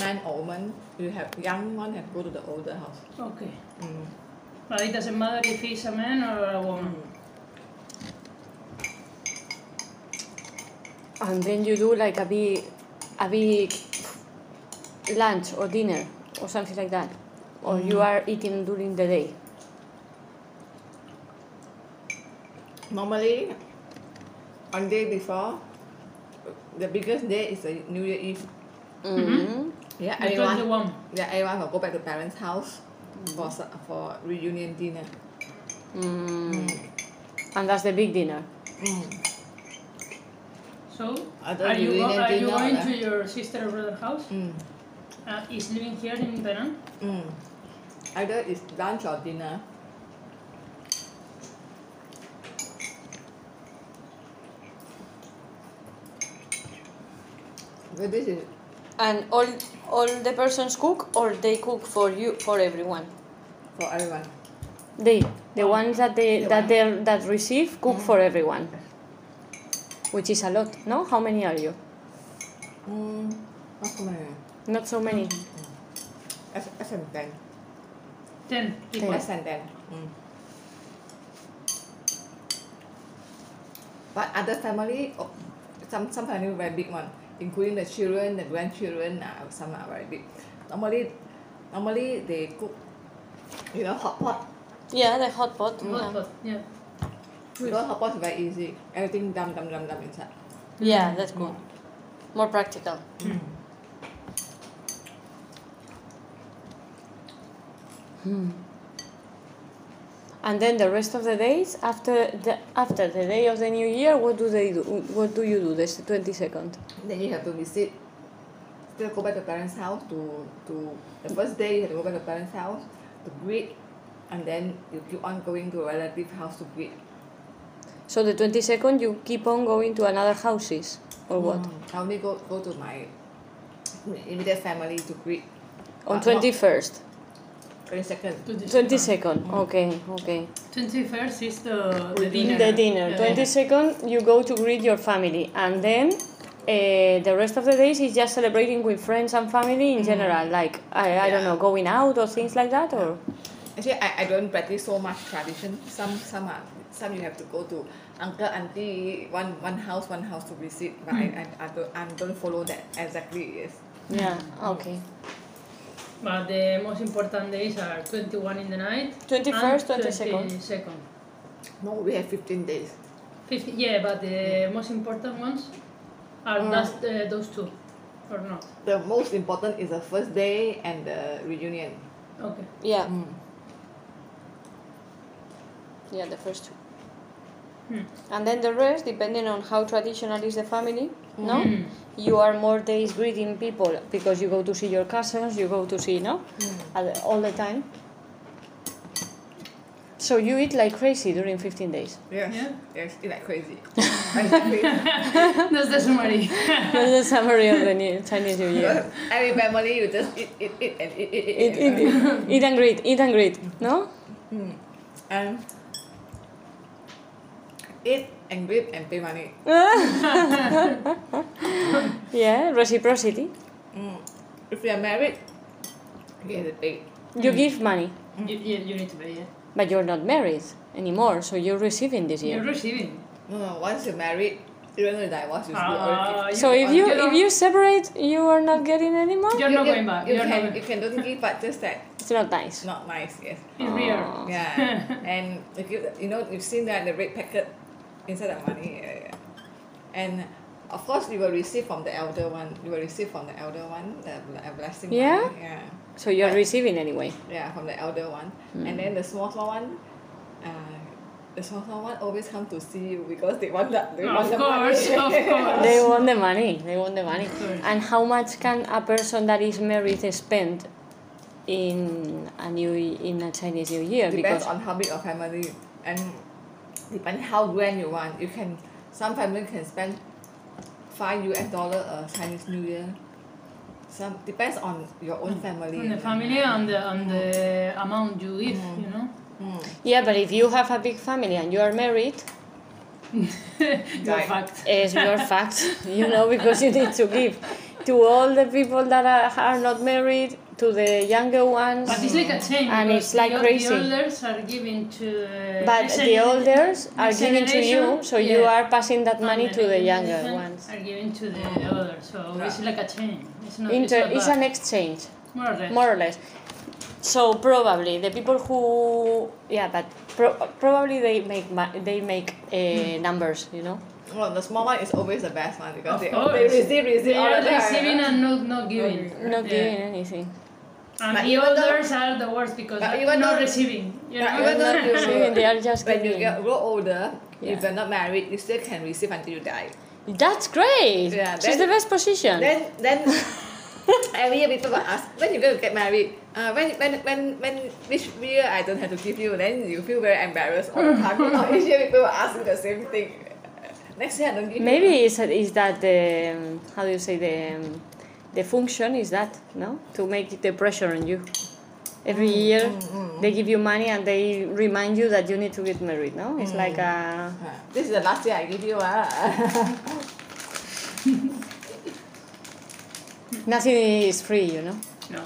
nine old man, you have young one have go to the older house. Okay. Mm. But it doesn't matter if he's a man or a woman. And then you do like a big, a big lunch or dinner or something like that, or you are eating during the day. Normally, on day before, the biggest day is the New Year Eve. Mm-hmm. Yeah, The everyone. Mm. 21. Yeah, everyone will go back to parents' house for s- for reunion dinner. Mm-hmm. Mm. And that's the big dinner. So, I don't are you, go- really are you know, going eh? to your sister or brother house? Mm. Uh, is living here in Penang? Mm. Either it's lunch or dinner. So this is And all, all the persons cook, or they cook for you, for everyone. for everyone. They, the Mm-hmm. ones that they The that they that receive cook for everyone, which is a lot. No, how many are you? Mm. How many? Not so many. Less less than ten. 10 people. Less than ten. Mm. But other family, oh, some some family very big one, including the children, the grandchildren. Uh, some are very big. Normally, normally they cook, you know, hot pot. Yeah, the hot pot. But- Yeah. but, yeah. Because hot pot is very easy. Everything dump, dump, dump, dump inside. yeah, that's good. More practical. Hmm. And then the rest of the days after the after the day of the new year, what do they do? What do you do? This twenty second. Then you have to visit. Still go back to parents' house to to the first day you have to go back to parents' house to greet, and then you keep on going to relative house to greet. So the twenty second, you keep on going to another houses or what? I only go go to my immediate family to greet. Uh, On twenty first, twenty second. twenty second. Okay, okay. 21st is the, the dinner. The dinner. Twenty second, you go to greet your family, and then eh, the rest of the days is just celebrating with friends and family in general, like I, I don't Yeah. know, going out or things like that, or Actually, I, I don't practice so much tradition. Some some are some you have to go to uncle auntie one one house one house to visit. But I, I I don't I don't follow that exactly. Yes. yeah, okay. But the most important days are 21 in the night. 21st, and 22nd. 22nd. No, we have fifteen days. 50, yeah, but the most important ones are Mm. just, uh, those two, or not? The most important is the first day and the reunion. Okay. Yeah. Yeah, the first two. And then the rest, depending on how traditional is the family, no? Mm-hmm. Mm. You are more days greeting people because you go to see your cousins, you go to see, no? Al- All the time. So you eat like crazy during 15 days. Yes. Yeah. Yes, it's like crazy. Like crazy. That's the summary. That's the summary of the new, Chinese New Year. Every family you just eat eat eat and eat eat eat. Eat, eat, eat. eat, eat and greet, eat and greet, no? And um, eat and greet and pay money. Yeah, reciprocity. If you are married, you have to pay. You give money, you, you, you need to pay, yeah. but you're not married anymore, so you're receiving this year. You're receiving. No, no, once you're married, even though you divorce, you still Ah, earn So if you if don't- you separate, you are not getting any more. You're You- not you- going back. You You're not can, going you can do the but just that It's not nice. it's not nice, yes. It's weird. Oh. Yeah. and if you, you know, you've seen that the red packet inside the money. yeah, yeah. And of course, you will receive from the elder one. You will receive from the elder one the bl- a blessing. money, Yeah? Yeah. So you are receiving anyway. Yeah, from the elder one. Hmm. And then the small small one, uh, the small small one always come to see you because they want that. They want Of the course, money. of course. They want the money. They want the money. course. And how much can a person that is married spend in a new in a Chinese New Year? depends Because uh, on how big your family and depend how grand you want. You can some family can spend five US dollar a Chinese New Year. Some depends on your own family. On the family and the, and the amount you give, Mm. you know? yeah, but if you have a big family and you are married, No Right. fact. it's your fact, you know, because you need to give. to all the people that are, are not married, to the younger ones. But it's like a change. And because it's like the, crazy. The elders are giving to. Uh, But next the gen- olders are next giving to you, generation, so you yeah. are passing that and money to the next younger generation ones. Are giving to the others, so it's like a change. It's not. it's, Inter- not it's bad. an exchange, more or less. more or less. So probably the people who, yeah, but pro- probably they make ma- they make Mm. uh, numbers, you know. Well, the small one is always the best one because Of they, course. they receive, receive They all are the time. receiving and not not giving. Not Yeah. doing anything. And But the even though- others are the worst because But they're even not though- receiving. You but know? even though you- Receiving, they are just When you giving. get grow older, Yeah. if you're not married, you still can receive until you die. That's great. Yeah, She's then- the best position. Then then every year people will ask when you going to get married. Uh, when when when when which year I don't have to give you, then you feel very embarrassed all the time. Now each year people will ask you the same thing. Next year I don't give you. Maybe it's, it's that the um, how do you say the um, the function is that no to make the pressure on you. Every Mm, year they give you money and they remind you that you need to get married. No, it's like a Uh, This is the last year I give you. Uh. nothing is free, you know. No.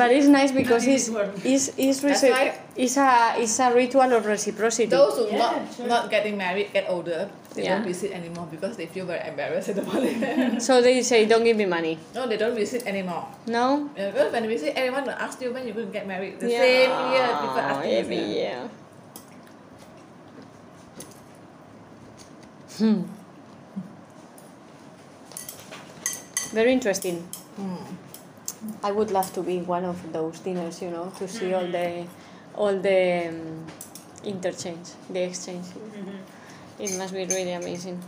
But it's nice because Nothing it's is worth it's it's, That's reci- why- it's a it's a ritual of reciprocity. Those who Yeah, not sure. not getting married get older. They Yeah. don't receive anymore because they feel very embarrassed about it. So they say, don't give me money. no, they don't receive anymore. No. Yeah, because when we see anyone will ask you when you going to get married, the Yeah, Oh, same year people ask you. every this year. year. Hmm. Very interesting. Hmm. I would love to be one of those dinners, you know, to see all the all the um, interchange, the exchange. It must be really amazing.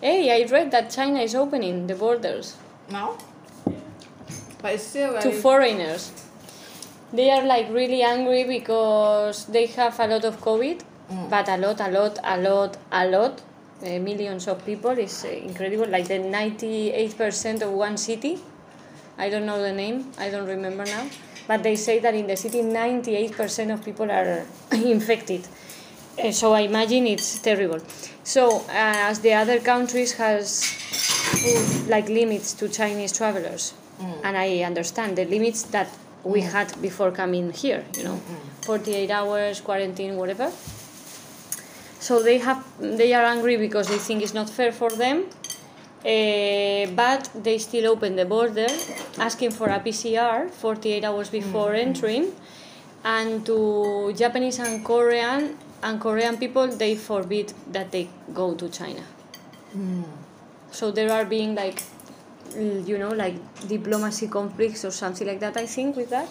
Hey, I read that China is opening the borders Now? But it's still very... to foreigners. They are like really angry because they have a lot of COVID, but a lot, a lot, a lot, a lot, uh, millions of people is uh, incredible. Like the ninety-eight percent of one city, I don't know the name, I don't remember now, but they say that in the city ninety-eight percent of people are infected. Uh, so I imagine it's terrible. So uh, as the other countries has put, like limits to Chinese travelers, and I understand the limits that we had before coming here. You know, forty-eight hours quarantine, whatever. So they have they are angry because they think it's not fair for them. eh, but they still open the border, asking for a PCR 48 hours before entering, and to Japanese and Korean and Korean people they forbid that they go to China. So there are being like, mm, you know, like diplomacy conflicts or something like that. I think with that.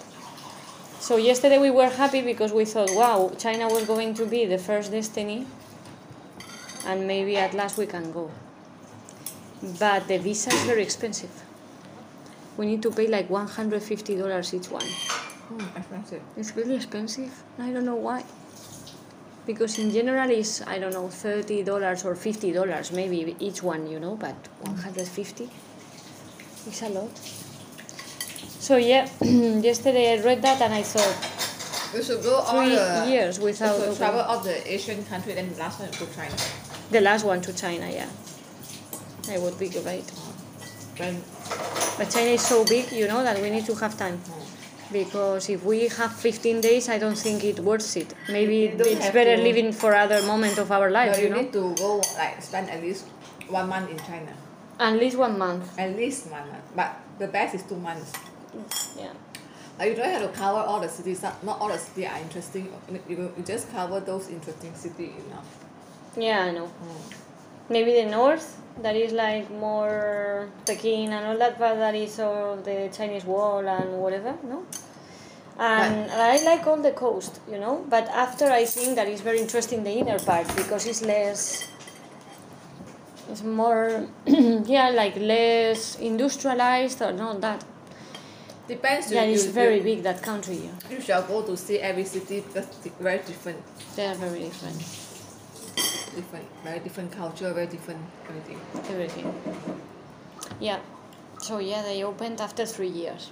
So yesterday we were happy because we thought, wow, China was going to be the first destiny, and maybe at last we can go. But the visa is very expensive. We need to pay like one hundred fifty dollars each one. Hmm, expensive. It's really expensive. I don't know why. Because in general it's I don't know thirty dollars or fifty dollars maybe each one, you know, but one hundred fifty is a lot. So yeah, yesterday I read that and I thought You should go all three the... years You without should open- travel all the Asian country then the last one you go China. the last one to China, yeah. I would be great. When... But China is so big, you know, that we need to have time. hmm. Because if we have 15 days, I don't think it worth it. Maybe You don't it's have better to- living for other moment of our No, life, you you know. need to go like spend at least one month in China. At least one month. At least one month. But the best is two months. Yeah. Like you don't have to cover all the cities. Not not all the cities are interesting. You, you just cover those interesting cities enough. Yeah, I know. Mm. Maybe the north, that is like more Peking and all that, but that is all the Chinese wall and whatever, no? And I like all the coast, you know, but after I think that is very interesting the inner part because it's less. It's more, yeah, like less industrialized or not that. Depends. Yeah, you, it's you, very you, big that country. yeah. You shall go to see every city because di- very different, They are very different. different, very different culture, very different everything. everything. Yeah. So yeah, they opened after three years.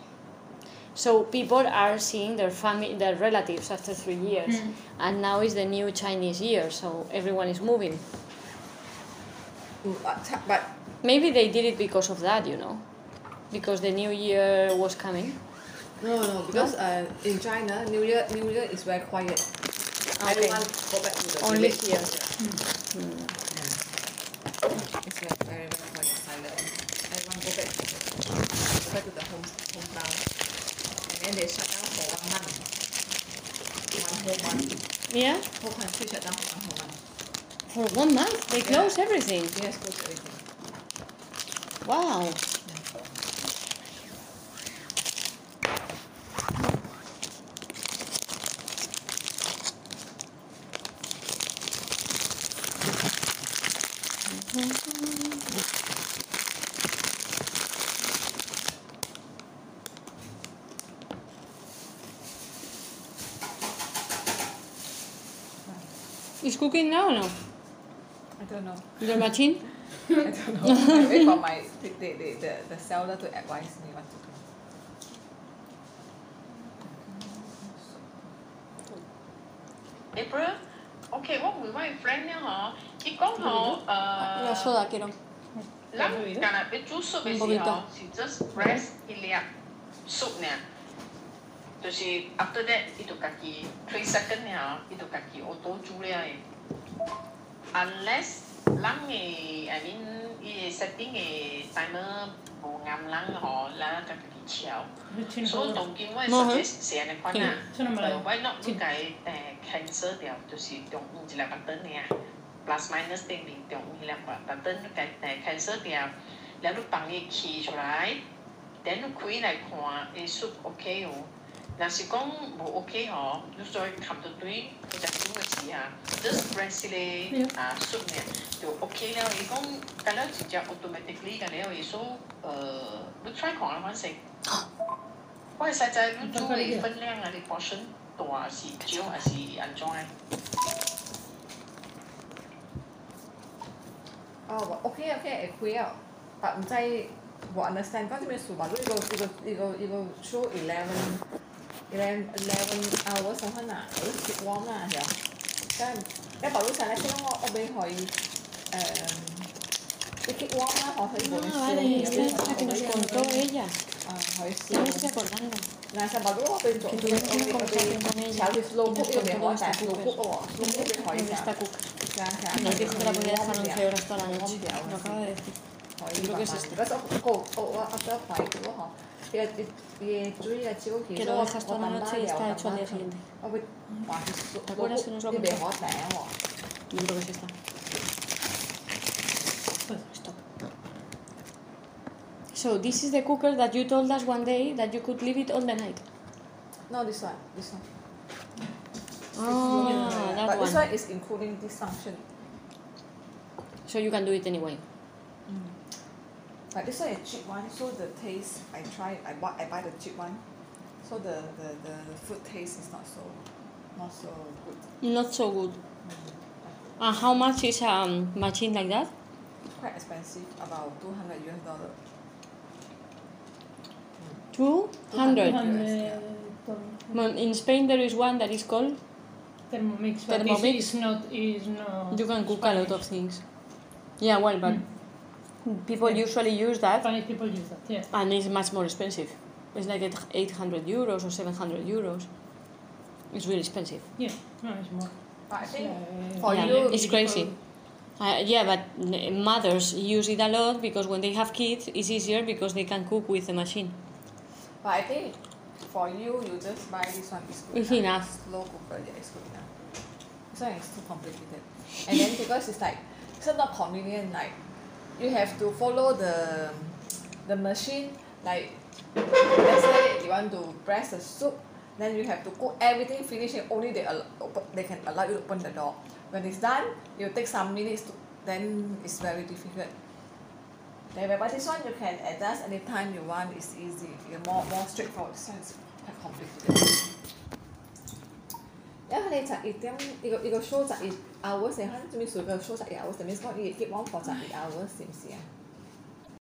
So people are seeing their family, their relatives after three years, and now is the new Chinese year. So everyone is moving. Mm, uh, Chi- But Maybe they did it because of that, you know, because the new year was coming. No, no, because uh, in China, New Year, New Year is very quiet. Okay. Everyone go back to the Only village. here. It's like very, very quiet, silent. Everyone go back, go back to the home, hometown. And then they shut down for one month. One whole month. Yeah. Whole country shut down for one whole month. For one month, they Yeah. close everything. Yes, close everything. Wow. Is cooking now or no? I don't know. The machine? I don't know. I wait for my the, the, the, the, the seller to advise me what to do. April. Okay, what with my friend 呢？哈，伊讲吼，呃 La，soda quiero. 咱干那要煮 soup 的 Un 时 poquito. 候，是 just rest 一粒 soup 呢，就是 after that 伊就家己 three second 呢，伊就家己学倒煮了的。Unless 咱的 I mean 伊的 setting 的 timer 无啱咱吼，咱家己调。所以當見我係 Mhm. 實質成日困啊，出嚟咪嚟就 why not 點解誒 cancel 掉，就是中午一兩百等你啊，plus minus 定零中午一兩百百等你解誒 cancel 掉，然後幫你起出來，等你開來看，誒數 OK 哦。若是講無 OK 吼，你再冚到對，你就點個事啊？Just press 咧啊，數咧就 OK 了。伊講，但係直接 automatically 嘅了，伊所誒，你 try 看下反正。我係實際你煮嘅分量啊，你 portion 大還是少還是安怎嘅？哦，OK OK，會啊，但唔知我 understand 嗰啲咩數碼，呢個呢個呢個呢個 show eleven eleven eleven hours 咁樣啊，好 keep warm 啊，係啊，跟一百六十咧，即係我我俾佢誒，你 keep warm 啦，我可以 No, 幫你燒，Ah, vale, es la chica que nos contó ella. 啊，可以 Ya me 燒。 estoy acordando. 嗱，十八嗰個變做，炒啲 slow cook 要俾我，但係 slow cook 喎，slow cook 俾 No 可以 está cook. 㗎，㗎 Nos dijo que la podía dejar 11㗎， horas toda la noche. Lo acaba de decir. 可以慢慢。嗰首個個我我想睇嘅嗬，日日夜主要係超級 Que lo dejas toda la noche y está hecho al día siguiente. 我會話佢 slow cook 要俾我頂喎， Yo creo que sí está. Pues, Stop. So this is the cooker that you told us one day that you could leave it all the night. no this one this one。 Ah, that But this one. one is including this function. So you can do it anyway. Mm. But this one is cheap one, so the taste I try I buy I buy the cheap one, so the the the food taste is not so not so good. Not so good. And how much is a um, machine like that? Quite expensive, about two hundred US dollar. Two hundred. Thermomix, Well, In Spain, there is one that is called. but Thermomix. this is not is not You can cook a lot of things. Yeah, well, but people usually use that, Spanish people use that. Yeah. and it's much more expensive. It's like eight- 800 euros or 700 euros. It's really expensive. Yeah. No, it's more. But I think Yeah. for yeah, you, it's crazy. Uh, yeah, but n- mothers use it a lot because when they have kids, it's easier because they can cook with the machine. but I think for you, you just buy this one. It's good It's enough. Slow cooker, yeah, it's good enough. This one is too complicated. And then because it's like it's not convenient. Like you have to follow the the machine. Like let's say you want to press the soup, then you have to cook everything, finish, and only they al- open, they can allow you to open the door. When it's done, you take some minutes. To, then it's very difficult. Then but this one you can adjust anytime you want. It's easy. You're more more straightforward. This one is quite complicated. 因為你就二點呢個呢個 show 就二 hours，你睇住咪數個 show 就二 hours，你咪講二 keep on for 就二 hours 是唔是啊？